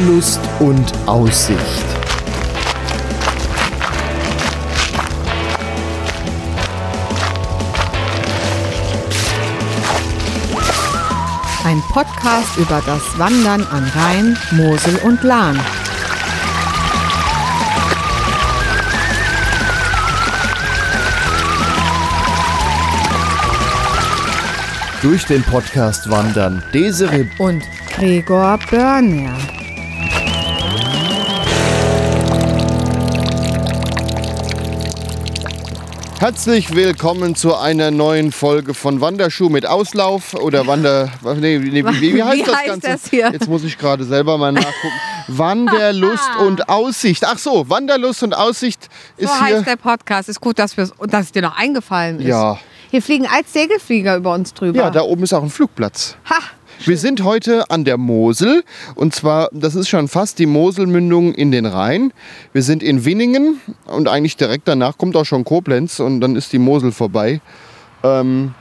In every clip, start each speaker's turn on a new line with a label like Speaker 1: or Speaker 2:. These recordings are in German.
Speaker 1: Lust und Aussicht.
Speaker 2: Ein Podcast über das Wandern an Rhein, Mosel und Lahn.
Speaker 1: Durch den Podcast wandern Desiree
Speaker 2: Und Gregor Börner.
Speaker 1: Herzlich willkommen zu einer neuen Folge von Wanderschuh mit Auslauf oder Wander. Nee, nee, wie, wie heißt
Speaker 2: Wie
Speaker 1: das
Speaker 2: heißt
Speaker 1: Ganze?
Speaker 2: das hier?
Speaker 1: Jetzt muss ich gerade selber mal nachgucken. Wanderlust und Aussicht. Ach so, Wanderlust und Aussicht ist
Speaker 2: So
Speaker 1: hier.
Speaker 2: heißt der Podcast. Ist gut, dass, wir's, und dass es dir noch eingefallen ist.
Speaker 1: Ja.
Speaker 2: Hier fliegen als Segelflieger über uns drüber.
Speaker 1: ja, da oben ist auch ein Flugplatz.
Speaker 2: ha!
Speaker 1: Wir sind heute an der Mosel und zwar, das ist schon fast die Moselmündung in den Rhein. Wir sind in Winningen und eigentlich direkt danach kommt auch schon Koblenz und dann ist die Mosel vorbei. Ähm,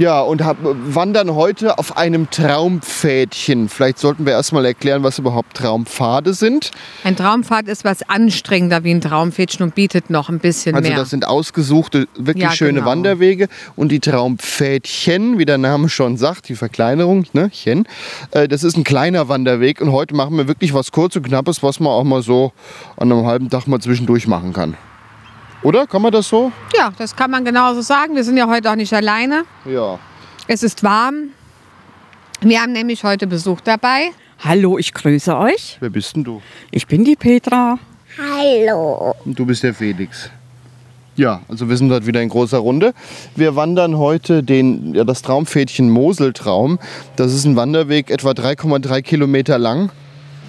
Speaker 1: ja, und hab, wandern heute auf einem Traumpfädchen. Vielleicht sollten wir erstmal erklären, was überhaupt Traumpfade sind.
Speaker 2: Ein Traumpfad ist was anstrengender wie ein Traumfädchen und bietet noch ein bisschen
Speaker 1: Also
Speaker 2: mehr.
Speaker 1: das sind ausgesuchte, wirklich
Speaker 2: Ja,
Speaker 1: schöne
Speaker 2: genau.
Speaker 1: Wanderwege. Und die Traumpfädchen, wie der Name schon sagt, die Verkleinerung, ne, Chen, äh, das ist ein kleiner Wanderweg. Und heute machen wir wirklich was kurz und knappes, was man auch mal so an einem halben Tag mal zwischendurch machen kann. Oder? Kann man das so?
Speaker 2: ja, das kann man genauso sagen. Wir sind ja heute auch nicht alleine.
Speaker 1: Ja.
Speaker 2: Es ist warm. Wir haben nämlich heute Besuch dabei.
Speaker 3: Hallo, ich grüße euch.
Speaker 1: Wer bist denn du?
Speaker 3: Ich bin die Petra.
Speaker 1: Und du bist der Felix. Ja, also wir sind heute wieder in großer Runde. Wir wandern heute den, ja, das Traumfädchen Moseltraum. Das ist ein Wanderweg etwa 3,3 Kilometer lang.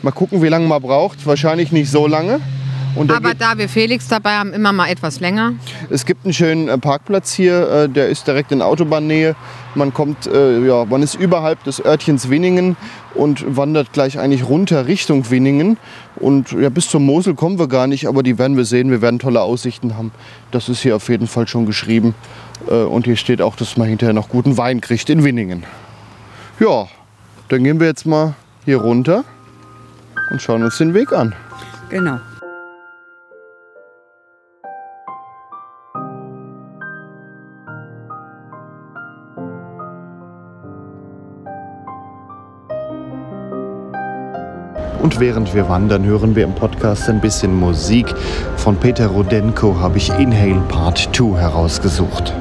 Speaker 1: Mal gucken, wie lange man braucht. Wahrscheinlich nicht so lange. Und der
Speaker 2: Aber
Speaker 1: geht,
Speaker 2: da wir Felix dabei haben, immer mal etwas länger.
Speaker 1: es gibt einen schönen äh, Parkplatz hier, äh, der ist direkt in Autobahnnähe. Man kommt, äh, ja, man ist überhalb des Örtchens Winningen und wandert gleich eigentlich runter Richtung Winningen. Und ja, bis zur Mosel kommen wir gar nicht, aber die werden wir sehen. Wir werden tolle Aussichten haben. Das ist hier auf jeden Fall schon geschrieben. Äh, und hier steht auch, dass man hinterher noch guten Wein kriegt in Winningen. Ja, dann gehen wir jetzt mal hier runter und schauen uns den Weg an.
Speaker 3: Genau.
Speaker 1: Und während wir wandern, hören wir im Podcast ein bisschen Musik. Von Peter Rodenko habe ich Inhale Part 2 herausgesucht.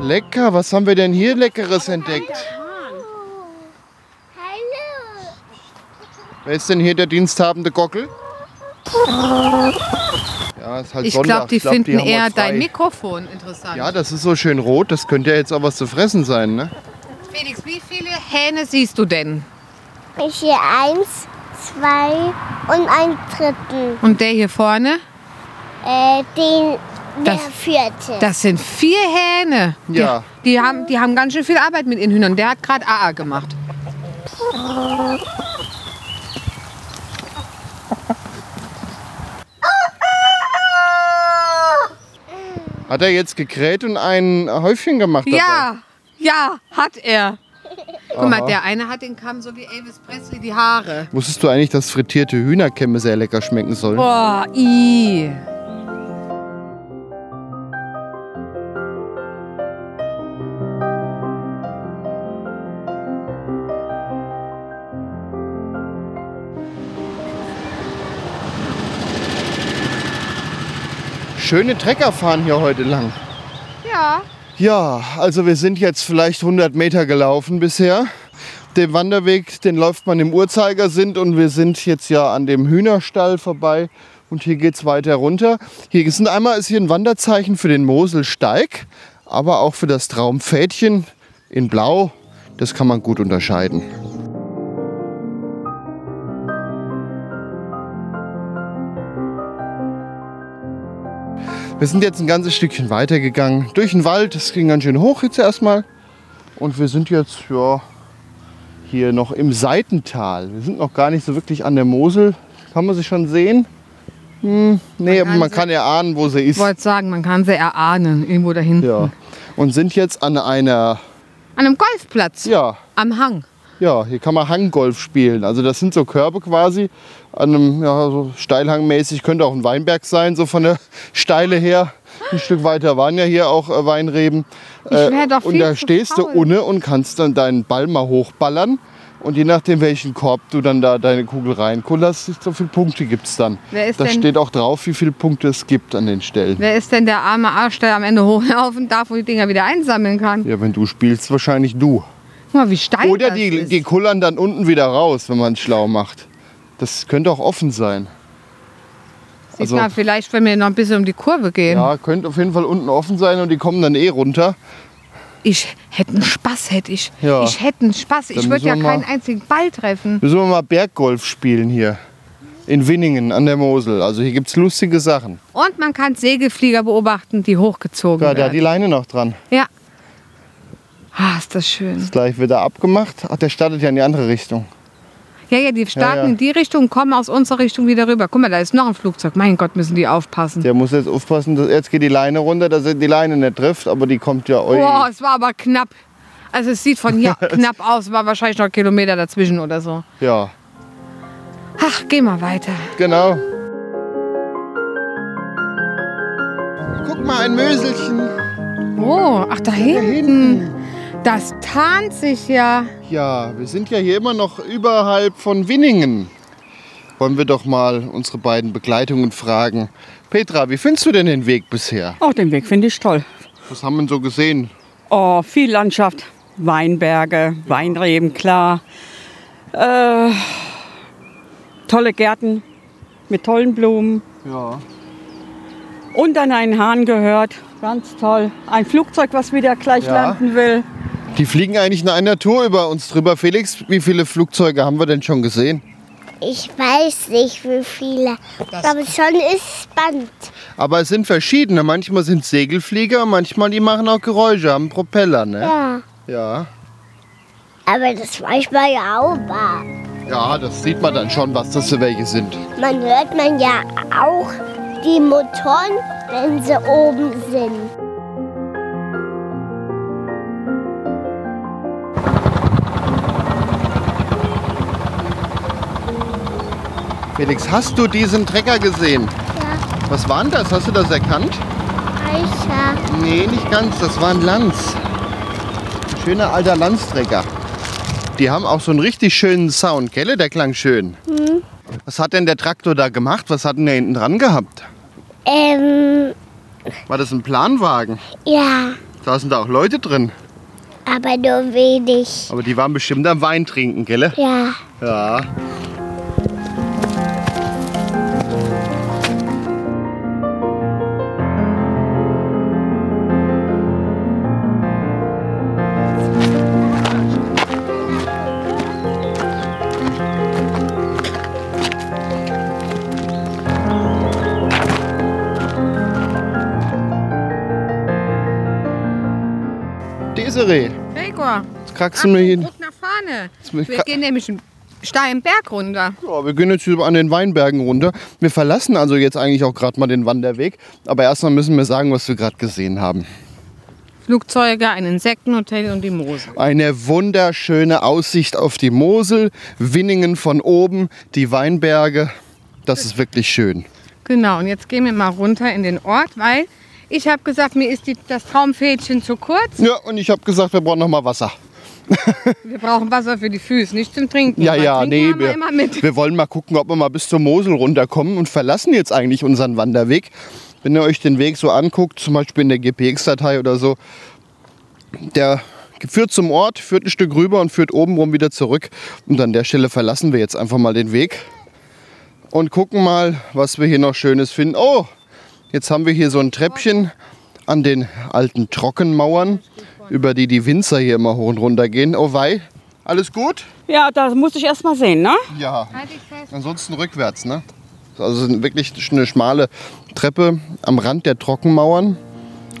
Speaker 1: Lecker, was haben wir denn hier Leckeres entdeckt?
Speaker 4: Hallo.
Speaker 1: Wer ist denn hier der diensthabende Gockel? Ja, ist halt
Speaker 2: Ich
Speaker 1: Sonntag.
Speaker 2: glaube, die
Speaker 1: Ich glaub,
Speaker 2: finden
Speaker 1: haben heute
Speaker 2: eher
Speaker 1: frei.
Speaker 2: dein Mikrofon interessant.
Speaker 1: Ja, das ist so schön rot, das könnte ja jetzt auch was zu fressen sein, ne?
Speaker 2: Felix, wie viele Hähne siehst du denn?
Speaker 4: Ich hier eins, zwei und einen dritten.
Speaker 2: Und der hier vorne?
Speaker 4: Äh, den der
Speaker 2: Das-
Speaker 4: vierte.
Speaker 2: Das sind vier Hähne.
Speaker 1: Ja.
Speaker 2: Die, die, haben, die haben ganz schön viel Arbeit mit ihren Hühnern. Der hat gerade AA gemacht.
Speaker 1: Hat er jetzt gekräht und ein Häufchen gemacht? Dabei?
Speaker 2: Ja, ja, hat er. Guck mal, der eine hat den Kamm so wie Elvis Presley die Haare.
Speaker 1: Wusstest du eigentlich, dass frittierte Hühnerkämme sehr lecker schmecken sollen?
Speaker 2: Boah, i.
Speaker 1: Schöne Trecker fahren hier heute lang.
Speaker 2: Ja.
Speaker 1: Ja, also wir sind jetzt vielleicht 100 Meter gelaufen bisher. Den Wanderweg, den läuft man im Uhrzeigersinn und wir sind jetzt ja an dem Hühnerstall vorbei und hier geht's weiter runter. Hier sind einmal ist hier ein Wanderzeichen für den Moselsteig, aber auch für das Traumpfädchen in Blau. Das kann man gut unterscheiden. Wir sind jetzt ein ganzes Stückchen weitergegangen durch den Wald. Es ging ganz schön hoch jetzt erstmal. Und wir sind jetzt, ja, hier noch im Seitental. Wir sind noch gar nicht so wirklich an der Mosel. Kann man sie schon sehen? Hm, nee,
Speaker 2: Man
Speaker 1: aber man
Speaker 2: kann sie-
Speaker 1: kann erahnen, wo sie
Speaker 2: Ich
Speaker 1: ist.
Speaker 2: wollte sagen, man kann sie erahnen, irgendwo da hinten.
Speaker 1: Ja. Und sind jetzt an einer,
Speaker 2: An einem Golfplatz,
Speaker 1: ja,
Speaker 2: am Hang.
Speaker 1: ja, hier kann man Hanggolf spielen. Also das sind so Körbe quasi an einem ja, so Steilhangmäßig, könnte auch ein Weinberg sein, so von der Steile her. Ein Stück weiter waren ja hier auch äh, Weinreben. Äh,
Speaker 2: wär doch
Speaker 1: und
Speaker 2: viel
Speaker 1: da
Speaker 2: zu
Speaker 1: stehst
Speaker 2: faul.
Speaker 1: du ohne und kannst dann deinen Ball mal hochballern. Und je nachdem, welchen Korb du dann da deine Kugel reinkullerst, so viele Punkte gibt es dann.
Speaker 2: Wer ist
Speaker 1: da
Speaker 2: denn-
Speaker 1: steht auch drauf, wie viele Punkte es gibt an den Stellen.
Speaker 2: Wer ist denn der arme Arsch, der am Ende hochlaufen darf und die Dinger wieder einsammeln kann?
Speaker 1: Ja, wenn du spielst, wahrscheinlich du.
Speaker 2: Guck mal, wie steil
Speaker 1: Oder
Speaker 2: das
Speaker 1: die,
Speaker 2: ist.
Speaker 1: die kullern dann unten wieder raus, wenn man es schlau macht. Das könnte auch offen sein.
Speaker 2: Sieht
Speaker 1: also-
Speaker 2: man vielleicht, wenn wir noch ein bisschen um die Kurve gehen.
Speaker 1: Ja, könnte auf jeden Fall unten offen sein und die kommen dann eh runter.
Speaker 2: Ich hätte einen Spaß, hätte ich.
Speaker 1: Ja.
Speaker 2: Ich hätte einen Spaß.
Speaker 1: Dann
Speaker 2: Ich würde ja
Speaker 1: müssen wir
Speaker 2: keinen
Speaker 1: mal-
Speaker 2: einzigen Ball treffen.
Speaker 1: Müssen wir mal Berggolf spielen hier. In Winningen an der Mosel. Also hier gibt es lustige Sachen.
Speaker 2: Und man kann Segelflieger beobachten, die hochgezogen
Speaker 1: Ja, da hat die
Speaker 2: werden.
Speaker 1: Leine noch dran.
Speaker 2: ja. Ah, ist das schön.
Speaker 1: Gleich wird er abgemacht. Ach, der startet ja in die andere Richtung.
Speaker 2: Ja, ja, die starten
Speaker 1: Ja, ja.
Speaker 2: in die Richtung, kommen aus unserer Richtung wieder rüber. Guck mal, da ist noch ein Flugzeug. Mein Gott, müssen die aufpassen.
Speaker 1: Der muss jetzt aufpassen, dass jetzt geht die Leine runter, dass er die Leine nicht trifft, aber die kommt ja euch.
Speaker 2: Boah, es war aber knapp. Also es sieht von hier knapp aus, war wahrscheinlich noch ein Kilometer dazwischen oder so.
Speaker 1: Ja,
Speaker 2: Ach, geh mal weiter.
Speaker 1: genau. Guck mal, ein Möselchen.
Speaker 2: Oh, ach da hinten. Das tarnt sich ja.
Speaker 1: Ja, wir sind ja hier immer noch überhalb von Winningen. Wollen wir doch mal unsere beiden Begleitungen fragen. Petra, wie findest du denn den Weg bisher?
Speaker 3: Auch den Weg finde ich toll.
Speaker 1: Was haben wir denn so gesehen?
Speaker 3: Oh, viel Landschaft. Weinberge, Weinreben, klar. Äh, tolle Gärten mit tollen Blumen.
Speaker 1: Ja.
Speaker 3: Und dann einen Hahn gehört. Ganz toll. Ein Flugzeug, was wieder gleich
Speaker 1: Ja.
Speaker 3: landen will.
Speaker 1: Die fliegen eigentlich in einer Tour über uns drüber. Felix, wie viele Flugzeuge haben wir denn schon gesehen?
Speaker 4: Ich weiß nicht, wie viele. Aber schon ist spannend.
Speaker 1: Aber es sind verschiedene. Manchmal sind Segelflieger, manchmal die machen auch Geräusche, haben Propeller, ne?
Speaker 4: Ja.
Speaker 1: Ja.
Speaker 4: Aber das weiß man ja auch mal.
Speaker 1: Ja, das sieht man dann schon, was das für welche sind.
Speaker 4: Man hört man ja auch die Motoren, wenn sie oben sind.
Speaker 1: Felix, hast du diesen Trecker gesehen?
Speaker 4: Ja,
Speaker 1: Was war denn das? Hast du das erkannt?
Speaker 4: Eicher.
Speaker 1: Nee, nicht ganz. Das war ein Lanz. Ein Schöner alter Lanzträger. Die haben auch so einen richtig schönen Sound, gell? Der klang schön. Was hat denn der Traktor da gemacht? Was hat denn der hinten dran gehabt?
Speaker 4: Ähm,
Speaker 1: War das ein Planwagen?
Speaker 4: ja,
Speaker 1: Saßen da auch Leute drin.
Speaker 4: aber nur wenig.
Speaker 1: Aber die waren bestimmt am Wein trinken, gell?
Speaker 4: Ja.
Speaker 1: Ja. Desiree,
Speaker 2: Gregor,
Speaker 1: jetzt kraxeln wir hier.
Speaker 2: guck nach vorne.
Speaker 1: wird
Speaker 2: Wir
Speaker 1: ka-
Speaker 2: gehen nämlich einen steilen Berg runter.
Speaker 1: Ja, wir gehen jetzt hier an den Weinbergen runter. Wir verlassen also jetzt eigentlich auch gerade mal den Wanderweg. Aber erstmal müssen wir sagen, was wir gerade gesehen haben.
Speaker 2: Flugzeuge, ein Insektenhotel und die Mosel.
Speaker 1: Eine wunderschöne Aussicht auf die Mosel, Winningen von oben, die Weinberge. Das ist wirklich schön.
Speaker 2: Genau, und jetzt gehen wir mal runter in den Ort, weil ich habe gesagt, mir ist die, das Traumfädchen zu kurz.
Speaker 1: Ja, und ich habe gesagt, wir brauchen noch mal Wasser.
Speaker 2: Wir brauchen Wasser für die Füße, nicht zum Trinken.
Speaker 1: Ja,
Speaker 2: Weil
Speaker 1: ja,
Speaker 2: trinken
Speaker 1: nee,
Speaker 2: haben wir immer mit.
Speaker 1: wir wollen mal gucken, ob wir mal bis zur Mosel runterkommen und verlassen jetzt eigentlich unseren Wanderweg. Wenn ihr euch den Weg so anguckt, zum Beispiel in der GPX-Datei oder so, der führt zum Ort, führt ein Stück rüber und führt oben rum wieder zurück. Und an der Stelle verlassen wir jetzt einfach mal den Weg und gucken mal, was wir hier noch Schönes finden. Oh, jetzt haben wir hier so ein Treppchen an den alten Trockenmauern, über die die Winzer hier immer hoch und runter gehen. Oh wei, alles gut?
Speaker 3: Ja, das muss ich erst mal sehen, ne?
Speaker 1: Ja.
Speaker 2: Halt dich fest.
Speaker 1: Ansonsten rückwärts, ne? Also es ist wirklich eine schmale Treppe am Rand der Trockenmauern.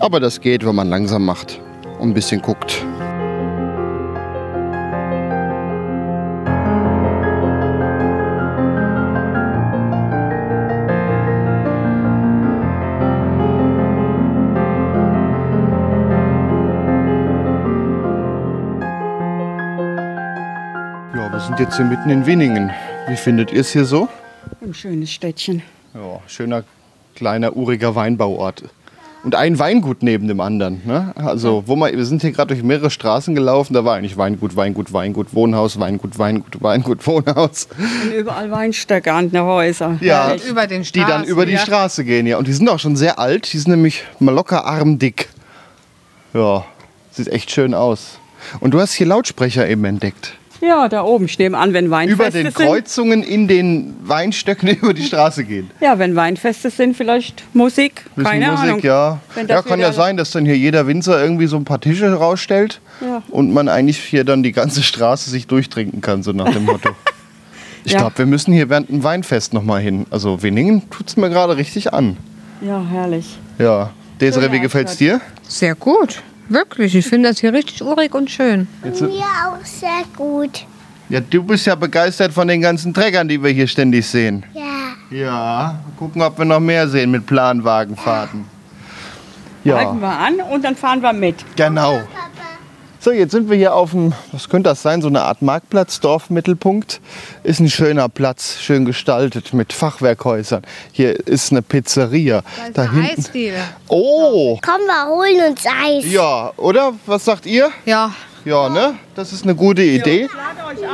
Speaker 1: Aber das geht, wenn man langsam macht und ein bisschen guckt. sind jetzt hier mitten in Winningen. Wie findet ihr es hier so?
Speaker 3: Ein schönes Städtchen.
Speaker 1: Ja, schöner kleiner uriger Weinbauort. Und ein Weingut neben dem anderen. Ne? Also, wo man, wir sind hier gerade durch mehrere Straßen gelaufen, da war eigentlich Weingut, Weingut, Weingut, Wohnhaus, Weingut, Weingut, Weingut, Wohnhaus.
Speaker 3: Und überall ne Weinstöcke an den Häusern.
Speaker 1: Ja,
Speaker 2: Äh, über den
Speaker 1: die
Speaker 2: Straßen.
Speaker 1: dann über die
Speaker 2: ja.
Speaker 1: Straße gehen, ja. Und die sind auch schon sehr alt, die sind nämlich mal locker armdick. Ja, sieht echt schön aus. Und du hast hier Lautsprecher eben entdeckt.
Speaker 3: Ja, da oben. Ich nehme an, wenn Weinfeste
Speaker 1: Über den
Speaker 3: sind.
Speaker 1: Kreuzungen in den Weinstöcken über die Straße gehen.
Speaker 3: Ja, wenn Weinfeste sind, vielleicht Musik.
Speaker 1: Bisschen
Speaker 3: keine
Speaker 1: Musik,
Speaker 3: Ahnung.
Speaker 1: ja.
Speaker 3: Wenn das
Speaker 1: Ja, kann ja
Speaker 3: wieder-
Speaker 1: sein, dass dann hier jeder Winzer irgendwie so ein paar Tische rausstellt
Speaker 3: Ja.
Speaker 1: und man eigentlich hier dann die ganze Straße sich durchtrinken kann, so nach dem Motto. Ich
Speaker 3: Ja.
Speaker 1: glaube, wir müssen hier während dem Weinfest nochmal hin. Also Winningen tut es mir gerade richtig an.
Speaker 3: Ja, herrlich.
Speaker 1: Ja. Desiree, wie gefällt's dir?
Speaker 2: Sehr gut. Wirklich, ich finde das hier richtig urig und schön.
Speaker 1: Jetzt,
Speaker 4: Mir auch sehr gut.
Speaker 1: ja, du bist ja begeistert von den ganzen Trägern, die wir hier ständig sehen.
Speaker 4: Ja.
Speaker 1: Ja, gucken, ob wir noch mehr sehen mit Planwagenfahrten.
Speaker 3: Halten wir an und dann fahren wir mit.
Speaker 1: Genau. So, jetzt sind wir hier auf dem, was könnte das sein, so eine Art Marktplatz, Dorfmittelpunkt. Ist ein schöner Platz, schön gestaltet mit Fachwerkhäusern. Hier ist eine Pizzeria.
Speaker 2: Da ist eine Eisdiele.
Speaker 1: Oh,
Speaker 4: Komm, wir holen uns Eis.
Speaker 1: ja, oder? Was sagt ihr?
Speaker 2: Ja,
Speaker 1: Ja, ne? Das ist eine gute Idee.
Speaker 3: Lade euch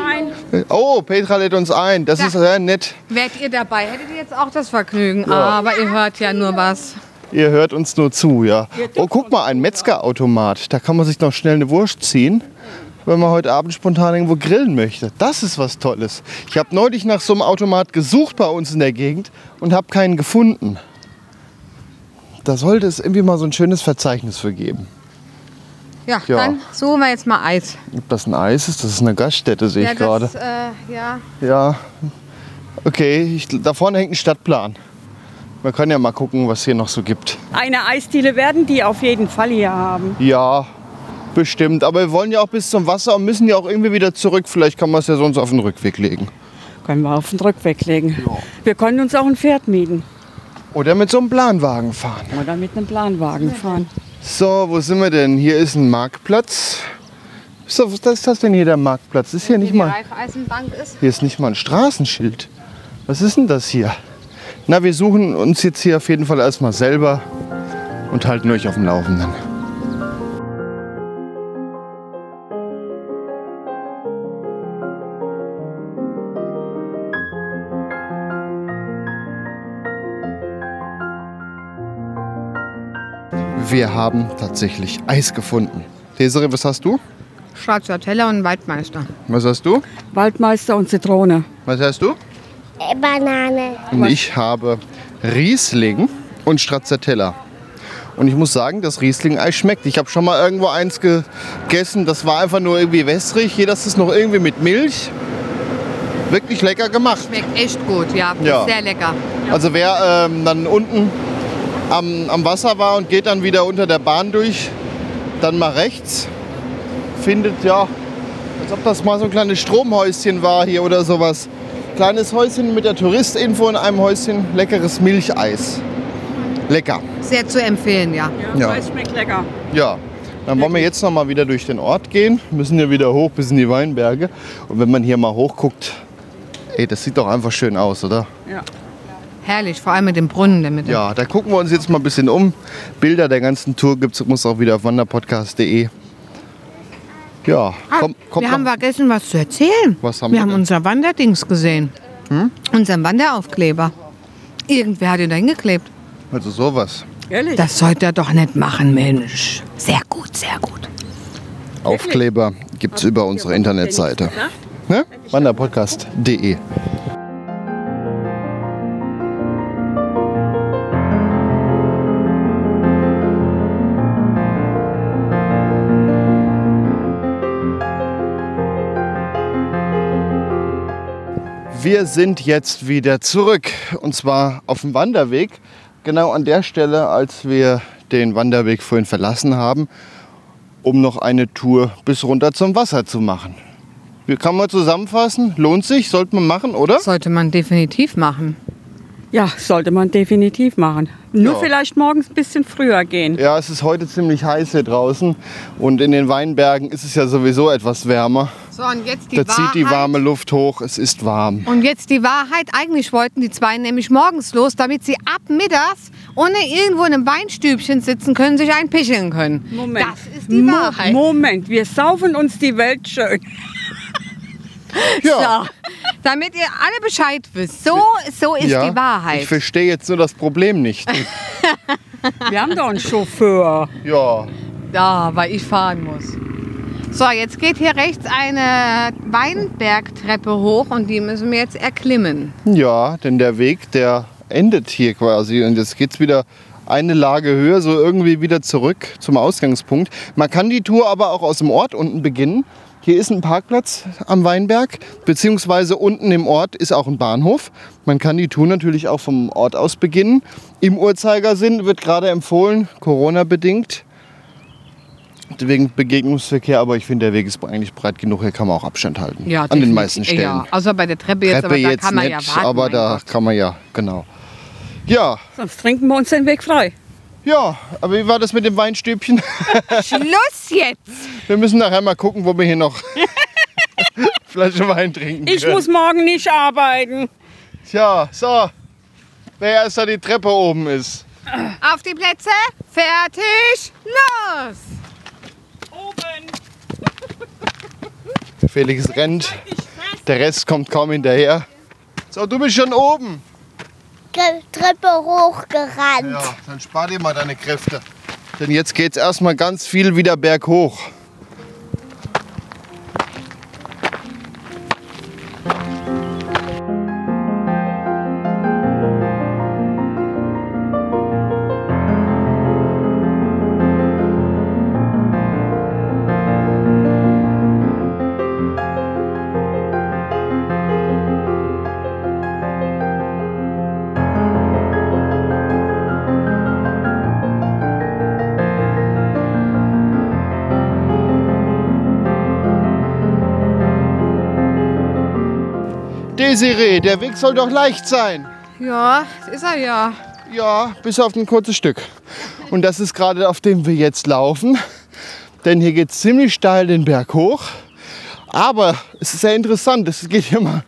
Speaker 3: ein.
Speaker 1: Oh, Petra lädt uns ein. Das ist sehr nett.
Speaker 2: wärt ihr dabei, hättet ihr jetzt auch das Vergnügen. Aber ihr hört ja nur was.
Speaker 1: Ihr hört uns nur zu, ja. Oh, guck mal, ein Metzgerautomat. Da kann man sich noch schnell eine Wurst ziehen, wenn man heute Abend spontan irgendwo grillen möchte. Das ist was Tolles. Ich habe neulich nach so einem Automat gesucht bei uns in der Gegend und habe keinen gefunden. Da sollte es irgendwie mal so ein schönes Verzeichnis für geben.
Speaker 2: Ja,
Speaker 1: Ja.
Speaker 2: dann suchen wir jetzt mal Eis.
Speaker 1: Ob das ein Eis ist, das ist eine Gaststätte, sehe
Speaker 2: ja,
Speaker 1: ich gerade.
Speaker 2: das, äh, ja.
Speaker 1: Ja. Okay, ich, da vorne hängt ein Stadtplan. Man kann ja mal gucken, was hier noch so gibt.
Speaker 3: Eine Eisdiele werden die auf jeden Fall hier haben.
Speaker 1: Ja, bestimmt. Aber wir wollen ja auch bis zum Wasser und müssen ja auch irgendwie wieder zurück. Vielleicht kann man es ja sonst auf den Rückweg legen.
Speaker 3: Können wir auf den Rückweg legen. Wir können uns auch ein Pferd mieten
Speaker 1: Oder mit so einem Planwagen fahren.
Speaker 3: oder mit einem Planwagen fahren.
Speaker 1: So, wo sind wir denn? Hier ist ein Marktplatz. So, was ist das denn hier, der Marktplatz? Ist hier nicht
Speaker 2: Wie die
Speaker 1: mal,
Speaker 2: Raiffeisenbank ist.
Speaker 1: hier ist nicht mal ein Straßenschild. Was ist denn das hier? Na, wir suchen uns jetzt hier auf jeden Fall erstmal selber und halten euch auf dem Laufenden. Wir haben tatsächlich Eis gefunden. Desiree, was hast du?
Speaker 2: Schwarzer Teller und Waldmeister.
Speaker 1: Was hast du?
Speaker 3: Waldmeister und Zitrone.
Speaker 1: Was hast du?
Speaker 4: Äh, Banane.
Speaker 1: Und ich habe Riesling und Stracciatella. Und ich muss sagen, das Riesling-Eis schmeckt. Ich habe schon mal irgendwo eins gegessen, das war einfach nur irgendwie wässrig. Hier, das ist noch irgendwie mit Milch. Wirklich lecker gemacht.
Speaker 2: Schmeckt echt gut, ja.
Speaker 1: Ja.
Speaker 2: Sehr lecker.
Speaker 1: Also wer ähm, dann unten am, am Wasser war und geht dann wieder unter der Bahn durch, dann mal rechts, findet ja, als ob das mal so ein kleines Stromhäuschen war hier oder sowas. Kleines Häuschen mit der Touristinfo in einem Häuschen, leckeres Milcheis. Lecker.
Speaker 2: Sehr zu empfehlen, ja.
Speaker 1: Ja.
Speaker 3: Es schmeckt lecker.
Speaker 1: Ja, dann wollen wir jetzt noch mal wieder durch den Ort gehen. Müssen ja wieder hoch bis in die Weinberge. Und wenn man hier mal hochguckt, ey, das sieht doch einfach schön aus, oder?
Speaker 2: Herrlich, vor allem mit dem Brunnen, der mit dem
Speaker 1: Ja, da gucken wir uns jetzt mal ein bisschen um. Bilder der ganzen Tour gibt es muss auch wieder auf wanderpodcast.de. Ja,
Speaker 2: Ah,
Speaker 1: komm, kommt
Speaker 2: wir
Speaker 1: noch-
Speaker 2: haben vergessen, was zu erzählen.
Speaker 1: Was haben
Speaker 2: wir
Speaker 1: wir
Speaker 2: haben
Speaker 1: denn? Hm?
Speaker 2: unser Wanderdings gesehen. Unseren Wanderaufkleber. Irgendwer hat ihn da hingeklebt.
Speaker 1: also sowas.
Speaker 3: Ehrlich?
Speaker 2: Das sollte er doch nicht machen, Mensch. Sehr gut, sehr gut.
Speaker 1: Aufkleber gibt es über unsere Internetseite. Ne? Wanderpodcast.de. Wir sind jetzt wieder zurück und zwar auf dem Wanderweg. Genau an der Stelle, als wir den Wanderweg vorhin verlassen haben, um noch eine Tour bis runter zum Wasser zu machen. Wie kann man zusammenfassen? Lohnt sich, sollte man machen, oder?
Speaker 2: Sollte man definitiv machen.
Speaker 3: Ja, sollte man definitiv machen. Nur
Speaker 1: Ja.
Speaker 3: vielleicht morgens ein bisschen früher gehen.
Speaker 1: Ja, es ist heute ziemlich heiß hier draußen und in den Weinbergen ist es ja sowieso etwas wärmer.
Speaker 2: So, und jetzt die
Speaker 1: da
Speaker 2: Wahrheit.
Speaker 1: zieht die warme Luft hoch, es ist warm.
Speaker 2: Und jetzt die Wahrheit. Eigentlich wollten die zwei nämlich morgens los, damit sie ab mittags ohne irgendwo in einem Weinstübchen sitzen können, sich einpicheln können.
Speaker 3: Moment.
Speaker 2: Das ist die
Speaker 3: Mo-
Speaker 2: Wahrheit.
Speaker 3: Moment, wir saufen uns die Welt schön.
Speaker 1: Ja,
Speaker 2: Damit ihr alle Bescheid wisst. So, so ist
Speaker 1: ja.
Speaker 2: die Wahrheit.
Speaker 1: Ich verstehe jetzt nur das Problem nicht.
Speaker 3: Wir haben doch einen Chauffeur.
Speaker 1: ja,
Speaker 2: Da, weil ich fahren muss. So, jetzt geht hier rechts eine Weinbergtreppe hoch und die müssen wir jetzt erklimmen.
Speaker 1: ja, denn der Weg, der endet hier quasi und jetzt geht's wieder eine Lage höher, so irgendwie wieder zurück zum Ausgangspunkt. Man kann die Tour aber auch aus dem Ort unten beginnen. Hier ist ein Parkplatz am Weinberg, beziehungsweise unten im Ort ist auch ein Bahnhof. Man kann die Tour natürlich auch vom Ort aus beginnen. Im Uhrzeigersinn wird gerade empfohlen, Corona-bedingt, wegen Begegnungsverkehr, aber ich finde, der Weg ist eigentlich breit genug, hier kann man auch Abstand halten.
Speaker 2: Ja,
Speaker 1: An den
Speaker 2: definitiv-
Speaker 1: meisten Stellen.
Speaker 2: Ja, außer bei der Treppe jetzt,
Speaker 1: Treppe
Speaker 2: aber da
Speaker 1: jetzt
Speaker 2: kann man
Speaker 1: nicht,
Speaker 2: ja warten.
Speaker 1: aber
Speaker 2: mein
Speaker 1: da
Speaker 2: Gott.
Speaker 1: kann man ja, genau. Ja,
Speaker 3: Sonst trinken wir uns den Weg frei.
Speaker 1: ja, aber wie war das mit dem Weinstäbchen?
Speaker 2: Schluss jetzt!
Speaker 1: Wir müssen nachher mal gucken, wo wir hier noch Flasche Wein trinken
Speaker 3: Ich
Speaker 1: können.
Speaker 3: muss morgen nicht arbeiten.
Speaker 1: Tja, so, wer erst da die Treppe oben ist.
Speaker 2: Auf die Plätze, fertig, los!
Speaker 3: Oben.
Speaker 1: Felix rennt, der Rest kommt kaum hinterher. So, du bist schon oben.
Speaker 4: Tre- Treppe hochgerannt.
Speaker 1: Ja, dann spar dir mal deine Kräfte. Denn jetzt geht's erstmal ganz viel wieder berghoch. Desiree, der Weg soll doch leicht sein.
Speaker 2: Ja, das ist er ja.
Speaker 1: Ja, bis auf ein kurzes Stück. Und das ist gerade, auf dem wir jetzt laufen. Denn hier geht es ziemlich steil den Berg hoch. Aber es ist sehr interessant. Es geht hier mal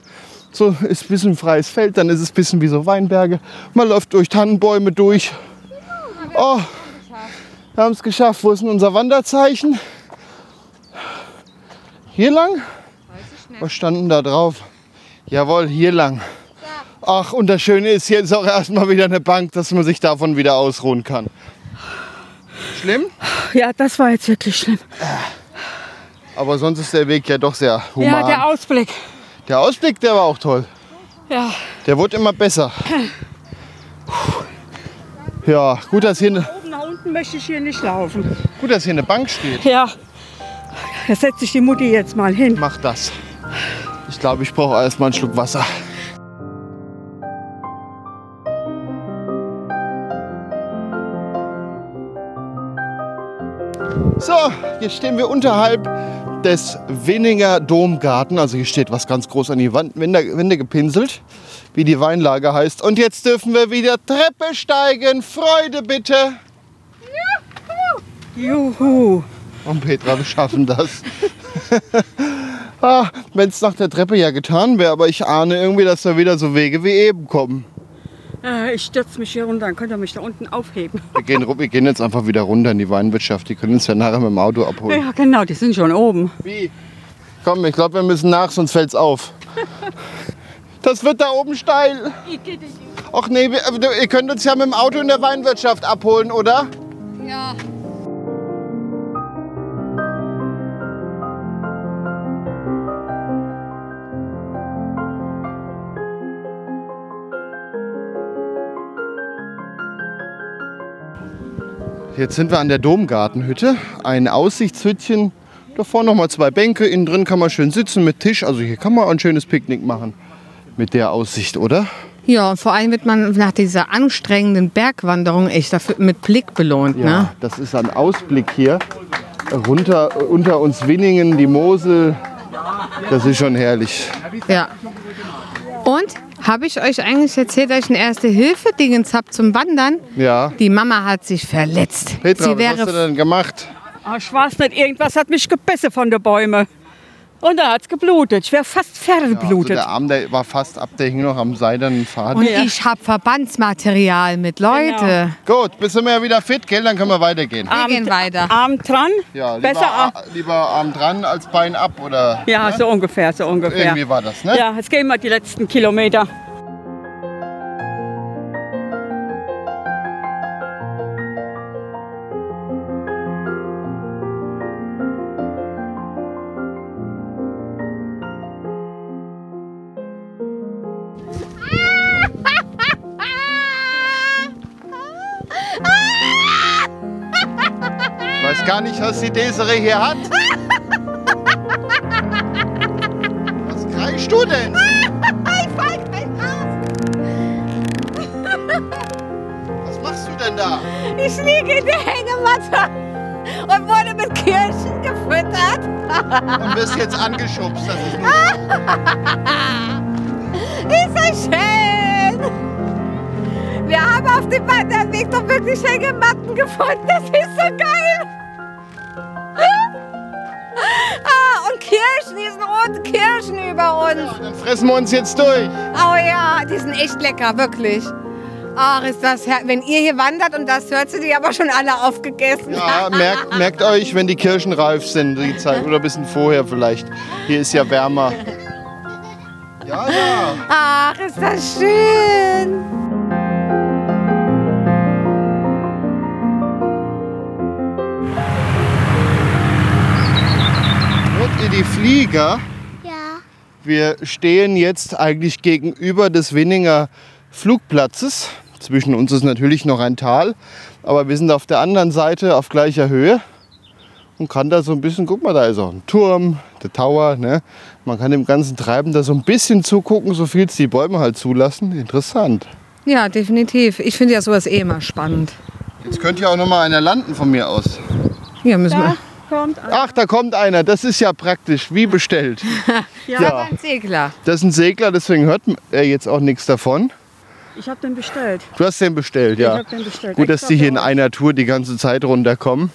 Speaker 1: so, ist ein bisschen freies Feld, dann ist es ein bisschen wie so Weinberge. Man läuft durch Tannenbäume durch. Oh, wir haben es geschafft. Wo ist denn unser Wanderzeichen? Hier lang? Was standen da drauf? Jawohl, hier lang. Ach, und das Schöne ist, hier ist auch erstmal wieder eine Bank, dass man sich davon wieder ausruhen kann. Schlimm?
Speaker 3: Ja, das war jetzt wirklich schlimm.
Speaker 1: Aber sonst ist der Weg ja doch sehr human.
Speaker 3: Ja, der
Speaker 1: der,
Speaker 3: Ausblick.
Speaker 1: Ausblick, der war auch toll.
Speaker 3: Ja.
Speaker 1: Der wurde immer besser. Puh. Ja, gut dass, hier ne,
Speaker 3: Oben nach unten möchte ich hier nicht laufen.
Speaker 1: gut, dass hier eine Bank steht.
Speaker 3: Ja. Da setzt sich die Mutti jetzt mal hin.
Speaker 1: Mach das. Ich glaube, ich brauche erstmal einen Schluck Wasser. So, jetzt stehen wir unterhalb des Winninger Domgarten. Also hier steht was ganz groß an die Wand, Wände, Wände gepinselt, wie die Weinlage heißt. Und jetzt dürfen wir wieder Treppe steigen. Freude bitte.
Speaker 3: Juhu.
Speaker 1: Und Petra, wir schaffen das. ah, Wenn es nach der Treppe ja getan wäre, aber ich ahne irgendwie, dass da wieder so Wege wie eben kommen.
Speaker 3: Äh, Ich stürze mich hier runter, dann könnt ihr mich da unten aufheben.
Speaker 1: Wir gehen, ru- wir gehen jetzt einfach wieder runter in die Weinwirtschaft. Die können uns ja nachher mit dem Auto abholen.
Speaker 3: Ja, genau, die sind schon oben.
Speaker 1: Wie? Komm, ich glaube, wir müssen nach, sonst fällt's auf. Das wird da oben steil. Ach nee, wir, äh, du- ihr könnt uns ja mit dem Auto in der Weinwirtschaft abholen, oder?
Speaker 2: Ja.
Speaker 1: Jetzt sind wir an der Domgartenhütte, ein Aussichtshütchen. Davor nochmal zwei Bänke, innen drin kann man schön sitzen mit Tisch. Also hier kann man ein schönes Picknick machen mit der Aussicht, oder?
Speaker 2: Ja, und vor allem wird man nach dieser anstrengenden Bergwanderung echt dafür mit Blick belohnt. Ne?
Speaker 1: das ist ein Ausblick hier. Runter äh, unter uns Winningen, die Mosel. Das ist schon herrlich.
Speaker 2: Ja. Und Habe ich euch eigentlich erzählt, dass ich ein Erste-Hilfe-Dingens habe zum Wandern?
Speaker 1: Ja.
Speaker 2: Die Mama hat sich verletzt.
Speaker 1: Petra,
Speaker 2: Sie
Speaker 1: was hast du
Speaker 2: wäre
Speaker 1: denn gemacht?
Speaker 3: Ah, Ich weiß nicht, irgendwas hat mich gebissen von den Bäumen. Und da hat es geblutet. Ich wäre fast vergeblutet.
Speaker 1: Also der Arm der war fast ab, der hing noch am seidenen Faden.
Speaker 2: und
Speaker 3: Ja.
Speaker 2: ich habe Verbandsmaterial mit Leute.
Speaker 1: Gut, bist du mir wieder fit, gell? Dann können wir weitergehen.
Speaker 2: Wir gehen weiter.
Speaker 3: Arm dran,
Speaker 1: Ja, lieber,
Speaker 3: besser ab.
Speaker 1: A- lieber Arm dran als Bein ab oder
Speaker 3: Ja, so ungefähr, so ungefähr.
Speaker 1: irgendwie war das, ne?
Speaker 3: Ja, jetzt gehen wir die letzten Kilometer.
Speaker 1: Ich weiß gar nicht, was die Desiree hier hat. was kreischst du denn? Was machst du denn da?
Speaker 2: Ich liege in der Hängematte und wurde mit Kirschen gefüttert.
Speaker 1: Und wirst jetzt angeschubst. Das ist nur
Speaker 2: Ist so schön. Wir haben auf dem Wanderweg doch wirklich Hängematten gefunden. Das ist so geil. Ah, und Kirschen, diesen roten Kirschen über uns.
Speaker 1: Dann fressen wir uns jetzt durch.
Speaker 2: Oh ja, die sind echt lecker, wirklich. Ach, ist das her Wenn ihr hier wandert und das hört, sind die aber schon alle aufgegessen.
Speaker 1: Ja, merkt, merkt euch, wenn die Kirschen reif sind, die Zeit. Oder ein bisschen vorher vielleicht. Hier ist ja wärmer. Ja, ja.
Speaker 2: Ach, ist das schön.
Speaker 1: Hört ihr die Flieger?
Speaker 4: Ja.
Speaker 1: Wir stehen jetzt eigentlich gegenüber des Winninger Flugplatzes. Zwischen uns ist natürlich noch ein Tal, aber wir sind auf der anderen Seite auf gleicher Höhe und kann da so ein bisschen, guck mal, da ist auch ein Turm, der Tower. Ne? Man kann dem ganzen Treiben da so ein bisschen zugucken, so viel es die Bäume halt zulassen. Interessant.
Speaker 2: Ja, definitiv. Ich finde ja sowas eh immer spannend.
Speaker 1: Jetzt könnte ja auch noch mal einer landen von mir aus.
Speaker 2: Ja, müssen
Speaker 3: Da
Speaker 2: wir.
Speaker 3: kommt
Speaker 1: Ach, da kommt einer. Das ist ja praktisch, wie bestellt.
Speaker 3: Ja.
Speaker 1: ja.
Speaker 2: Ein Segler.
Speaker 1: Das ist ein Segler, deswegen hört er jetzt auch nichts davon.
Speaker 3: Ich habe den bestellt.
Speaker 1: Du hast den bestellt, ja.
Speaker 3: Ich hab den bestellt.
Speaker 1: Gut, dass
Speaker 3: Extra
Speaker 1: die hier
Speaker 3: für
Speaker 1: in
Speaker 3: euch.
Speaker 1: einer Tour die ganze Zeit runterkommen.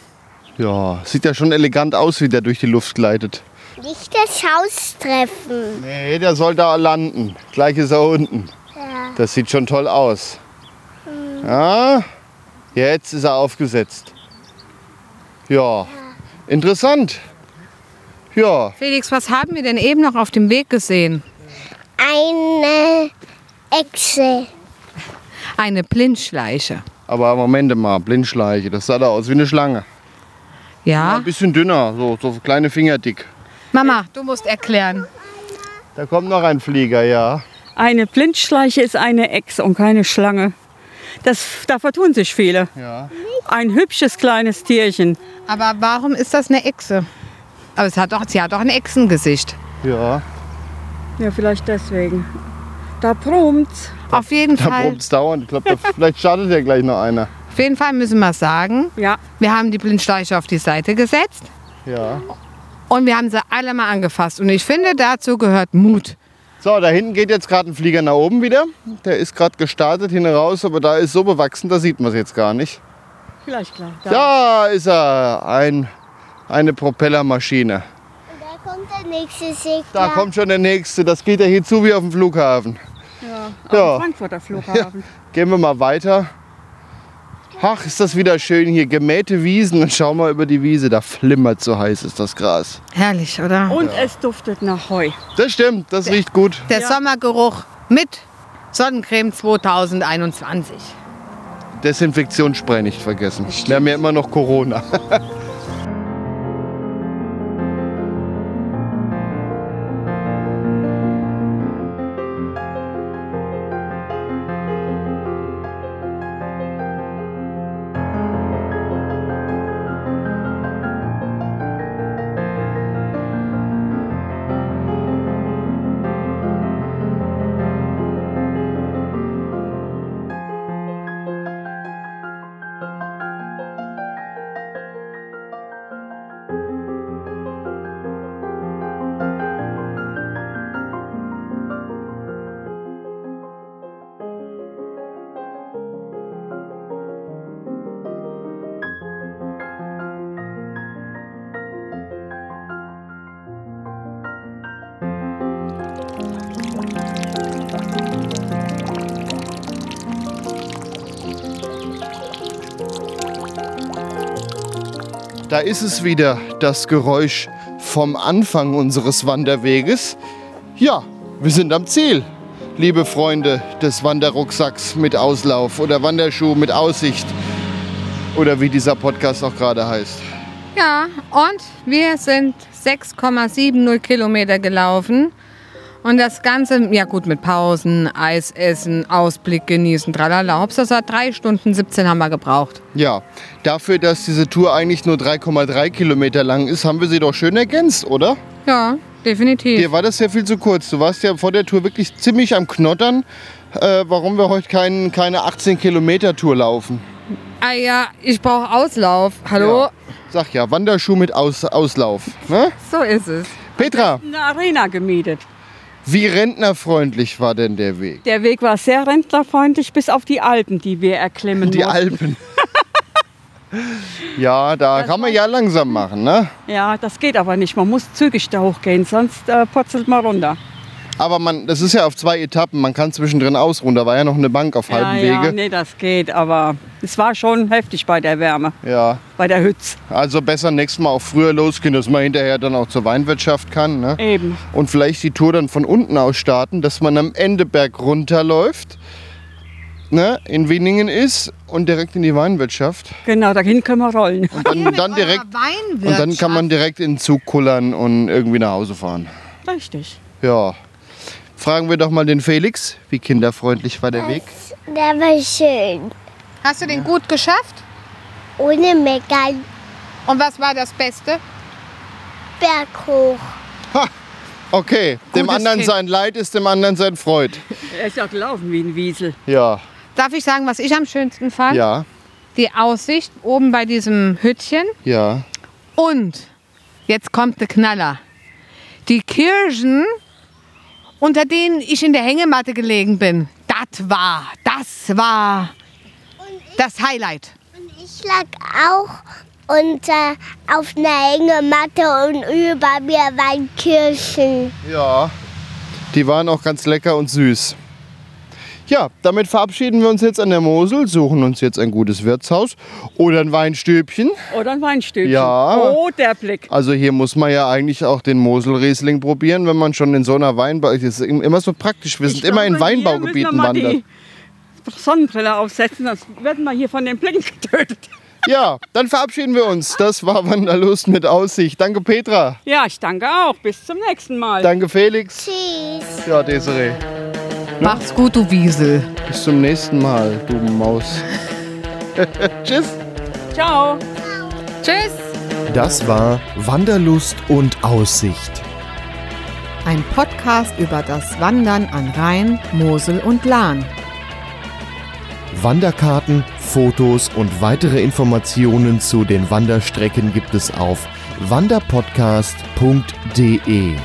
Speaker 1: Ja, sieht ja schon elegant aus, wie der durch die Luft gleitet.
Speaker 4: Nicht das Haus treffen.
Speaker 1: Nee, der soll da landen. Gleich ist er unten.
Speaker 4: Ja.
Speaker 1: Das sieht schon toll aus. Ja, jetzt ist er aufgesetzt. Ja, interessant. Ja,
Speaker 2: Felix, was haben wir denn eben noch auf dem Weg gesehen?
Speaker 4: Eine Echse.
Speaker 2: Eine Blindschleiche.
Speaker 1: aber Moment mal, Blindschleiche, das sah da aus wie eine Schlange.
Speaker 2: Ja?
Speaker 1: Ein bisschen dünner, so, so kleine Finger dick.
Speaker 2: Mama, du musst erklären.
Speaker 1: Da kommt noch ein Flieger, ja.
Speaker 3: Eine Blindschleiche ist eine Echse und keine Schlange. Das, da vertun sich viele.
Speaker 1: Ja.
Speaker 3: Ein hübsches kleines Tierchen.
Speaker 2: Aber warum ist das eine Echse? Aber es hat doch, sie hat doch ein Echsengesicht.
Speaker 1: Ja,
Speaker 3: Ja, vielleicht deswegen. Da brummt's.
Speaker 2: Auf jeden
Speaker 1: da
Speaker 2: Fall.
Speaker 1: probst dauernd. Ich glaube, da- vielleicht schadet ja gleich noch einer.
Speaker 2: Auf jeden Fall müssen wir sagen,
Speaker 3: Ja,
Speaker 2: wir haben die Blindschleiche auf die Seite gesetzt
Speaker 1: Ja.
Speaker 2: und wir haben sie alle mal angefasst. Und ich finde, dazu gehört Mut.
Speaker 1: So, da hinten geht jetzt gerade ein Flieger nach oben wieder. Der ist gerade gestartet, hin und raus, aber da ist so bewachsen, da sieht man es jetzt gar nicht.
Speaker 3: vielleicht gleich. Da.
Speaker 1: Da ist er, ein, eine Propellermaschine.
Speaker 4: Und da kommt der nächste Segler.
Speaker 1: Da kommt schon der nächste, das geht ja hier zu wie auf dem Flughafen.
Speaker 3: Auf dem
Speaker 1: Ja.
Speaker 3: Frankfurter Flughafen.
Speaker 1: Gehen wir mal weiter. Ach, ist das wieder schön hier, gemähte Wiesen. Und schau mal über die Wiese, da flimmert so heiß ist das Gras.
Speaker 2: Herrlich, oder?
Speaker 3: Und es duftet nach Heu.
Speaker 1: Das stimmt, das riecht gut.
Speaker 2: Der Sommergeruch mit Sonnencreme 2021.
Speaker 1: Desinfektionsspray nicht vergessen. Wir haben ja immer noch Corona. Da ist es wieder, das Geräusch vom Anfang unseres Wanderweges. Ja, wir sind am Ziel, liebe Freunde des Wanderrucksacks mit Auslauf oder Wanderschuh mit Aussicht oder wie dieser Podcast auch gerade heißt.
Speaker 2: Ja, und wir sind 6,70 Kilometer gelaufen. Und das Ganze, ja gut, mit Pausen, Eis essen, Ausblick genießen, tralala. Hauptsache, es hat drei Stunden 17 haben wir gebraucht.
Speaker 1: Ja, dafür, dass diese Tour eigentlich nur 3,3 Kilometer lang ist, haben wir sie doch schön ergänzt, oder?
Speaker 2: Ja, definitiv.
Speaker 1: Dir war das ja viel zu kurz. Du warst ja vor der Tour wirklich ziemlich am Knottern, äh, warum wir heute kein, keine 18-Kilometer-Tour laufen.
Speaker 2: Ah ja, ich brauche Auslauf. Hallo?
Speaker 1: Ja. Sag ja, Wanderschuh mit Aus Auslauf. Ne?
Speaker 2: So ist es.
Speaker 1: Petra,
Speaker 3: Eine Arena gemietet.
Speaker 1: wie rentnerfreundlich war denn der Weg?
Speaker 3: Der Weg war sehr rentnerfreundlich, bis auf die Alpen, die wir erklimmen
Speaker 1: Die
Speaker 3: mussten.
Speaker 1: Alpen. ja, da kann man ja langsam machen, ne?
Speaker 3: Ja, das geht aber nicht. Man muss zügig da hochgehen, sonst äh, potzelt man runter.
Speaker 1: Aber man, das ist ja auf zwei Etappen. Man kann zwischendrin ausruhen. Da war ja noch eine Bank auf halbem
Speaker 3: ja, ne. ja,
Speaker 1: Wege.
Speaker 3: nee, das geht, aber es war schon heftig bei der Wärme,
Speaker 1: Ja,
Speaker 3: bei der Hütz.
Speaker 1: also besser nächstes Mal auch früher losgehen, dass man hinterher dann auch zur Weinwirtschaft kann. Ne?
Speaker 3: Eben.
Speaker 1: Und vielleicht die Tour dann von unten aus starten, dass man am Ende berg runterläuft, ne? in Wieningen ist und direkt in die Weinwirtschaft.
Speaker 3: Genau, dahin können wir rollen.
Speaker 1: Und dann, dann direkt. Und dann kann man direkt in den Zug kullern und irgendwie nach Hause fahren.
Speaker 3: Richtig.
Speaker 1: Ja. Fragen wir doch mal den Felix, wie kinderfreundlich war
Speaker 2: Oh.
Speaker 1: der Weg?
Speaker 4: Der war schön.
Speaker 2: Hast du den gut geschafft?
Speaker 4: Ohne Meckern.
Speaker 2: Und was war das Beste?
Speaker 4: Berg hoch.
Speaker 1: Okay, dem
Speaker 2: Gutes
Speaker 1: anderen
Speaker 2: Kind.
Speaker 1: sein Leid ist dem anderen sein Freud.
Speaker 3: Er ist ja gelaufen wie ein Wiesel.
Speaker 1: Ja,
Speaker 2: Darf ich sagen, was ich am schönsten fand?
Speaker 1: ja,
Speaker 2: Die Aussicht oben bei diesem Hüttchen.
Speaker 1: ja.
Speaker 2: Und jetzt kommt der Knaller. Die Kirschen, unter denen ich in der Hängematte gelegen bin. Das war, das war das Highlight.
Speaker 4: Und ich lag auch unter, auf einer Hängematte und über mir waren Kirschen.
Speaker 1: Ja. Die waren auch ganz lecker und süß. Ja, damit verabschieden wir uns jetzt an der Mosel, suchen uns jetzt ein gutes Wirtshaus oder ein Weinstübchen.
Speaker 3: Oder ein Weinstübchen.
Speaker 1: Ja.
Speaker 3: Oh, der Blick.
Speaker 1: Also hier muss man ja eigentlich auch den Moselriesling probieren, wenn man schon in so einer Weinbau... Das ist immer so praktisch, wir sind
Speaker 3: Ich
Speaker 1: immer in
Speaker 3: glaube, hier müssen
Speaker 1: Weinbaugebieten
Speaker 3: wir mal
Speaker 1: wandert.
Speaker 3: Die Sonnenbrille aufsetzen, sonst werden wir hier von den Blicken getötet.
Speaker 1: Ja, dann verabschieden wir uns. Das war Wanderlust mit Aussicht. Danke Petra,
Speaker 3: Ja, ich danke auch. Bis zum nächsten Mal.
Speaker 1: danke Felix.
Speaker 4: Tschüss.
Speaker 1: Ja, Desiree.
Speaker 2: Mach's gut, du Wiesel.
Speaker 1: Bis zum nächsten Mal, du Maus. Tschüss.
Speaker 3: Ciao.
Speaker 2: Tschüss.
Speaker 5: Das war Wanderlust und Aussicht.
Speaker 2: Ein Podcast über das Wandern an Rhein, Mosel und Lahn.
Speaker 5: Wanderkarten, Fotos und weitere Informationen zu den Wanderstrecken gibt es auf wanderpodcast.de.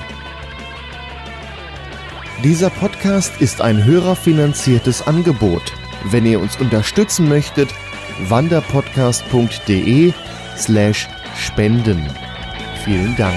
Speaker 5: Dieser Podcast ist ein hörerfinanziertes Angebot. Wenn ihr uns unterstützen möchtet, wanderpodcast.de slash spenden. Vielen Dank.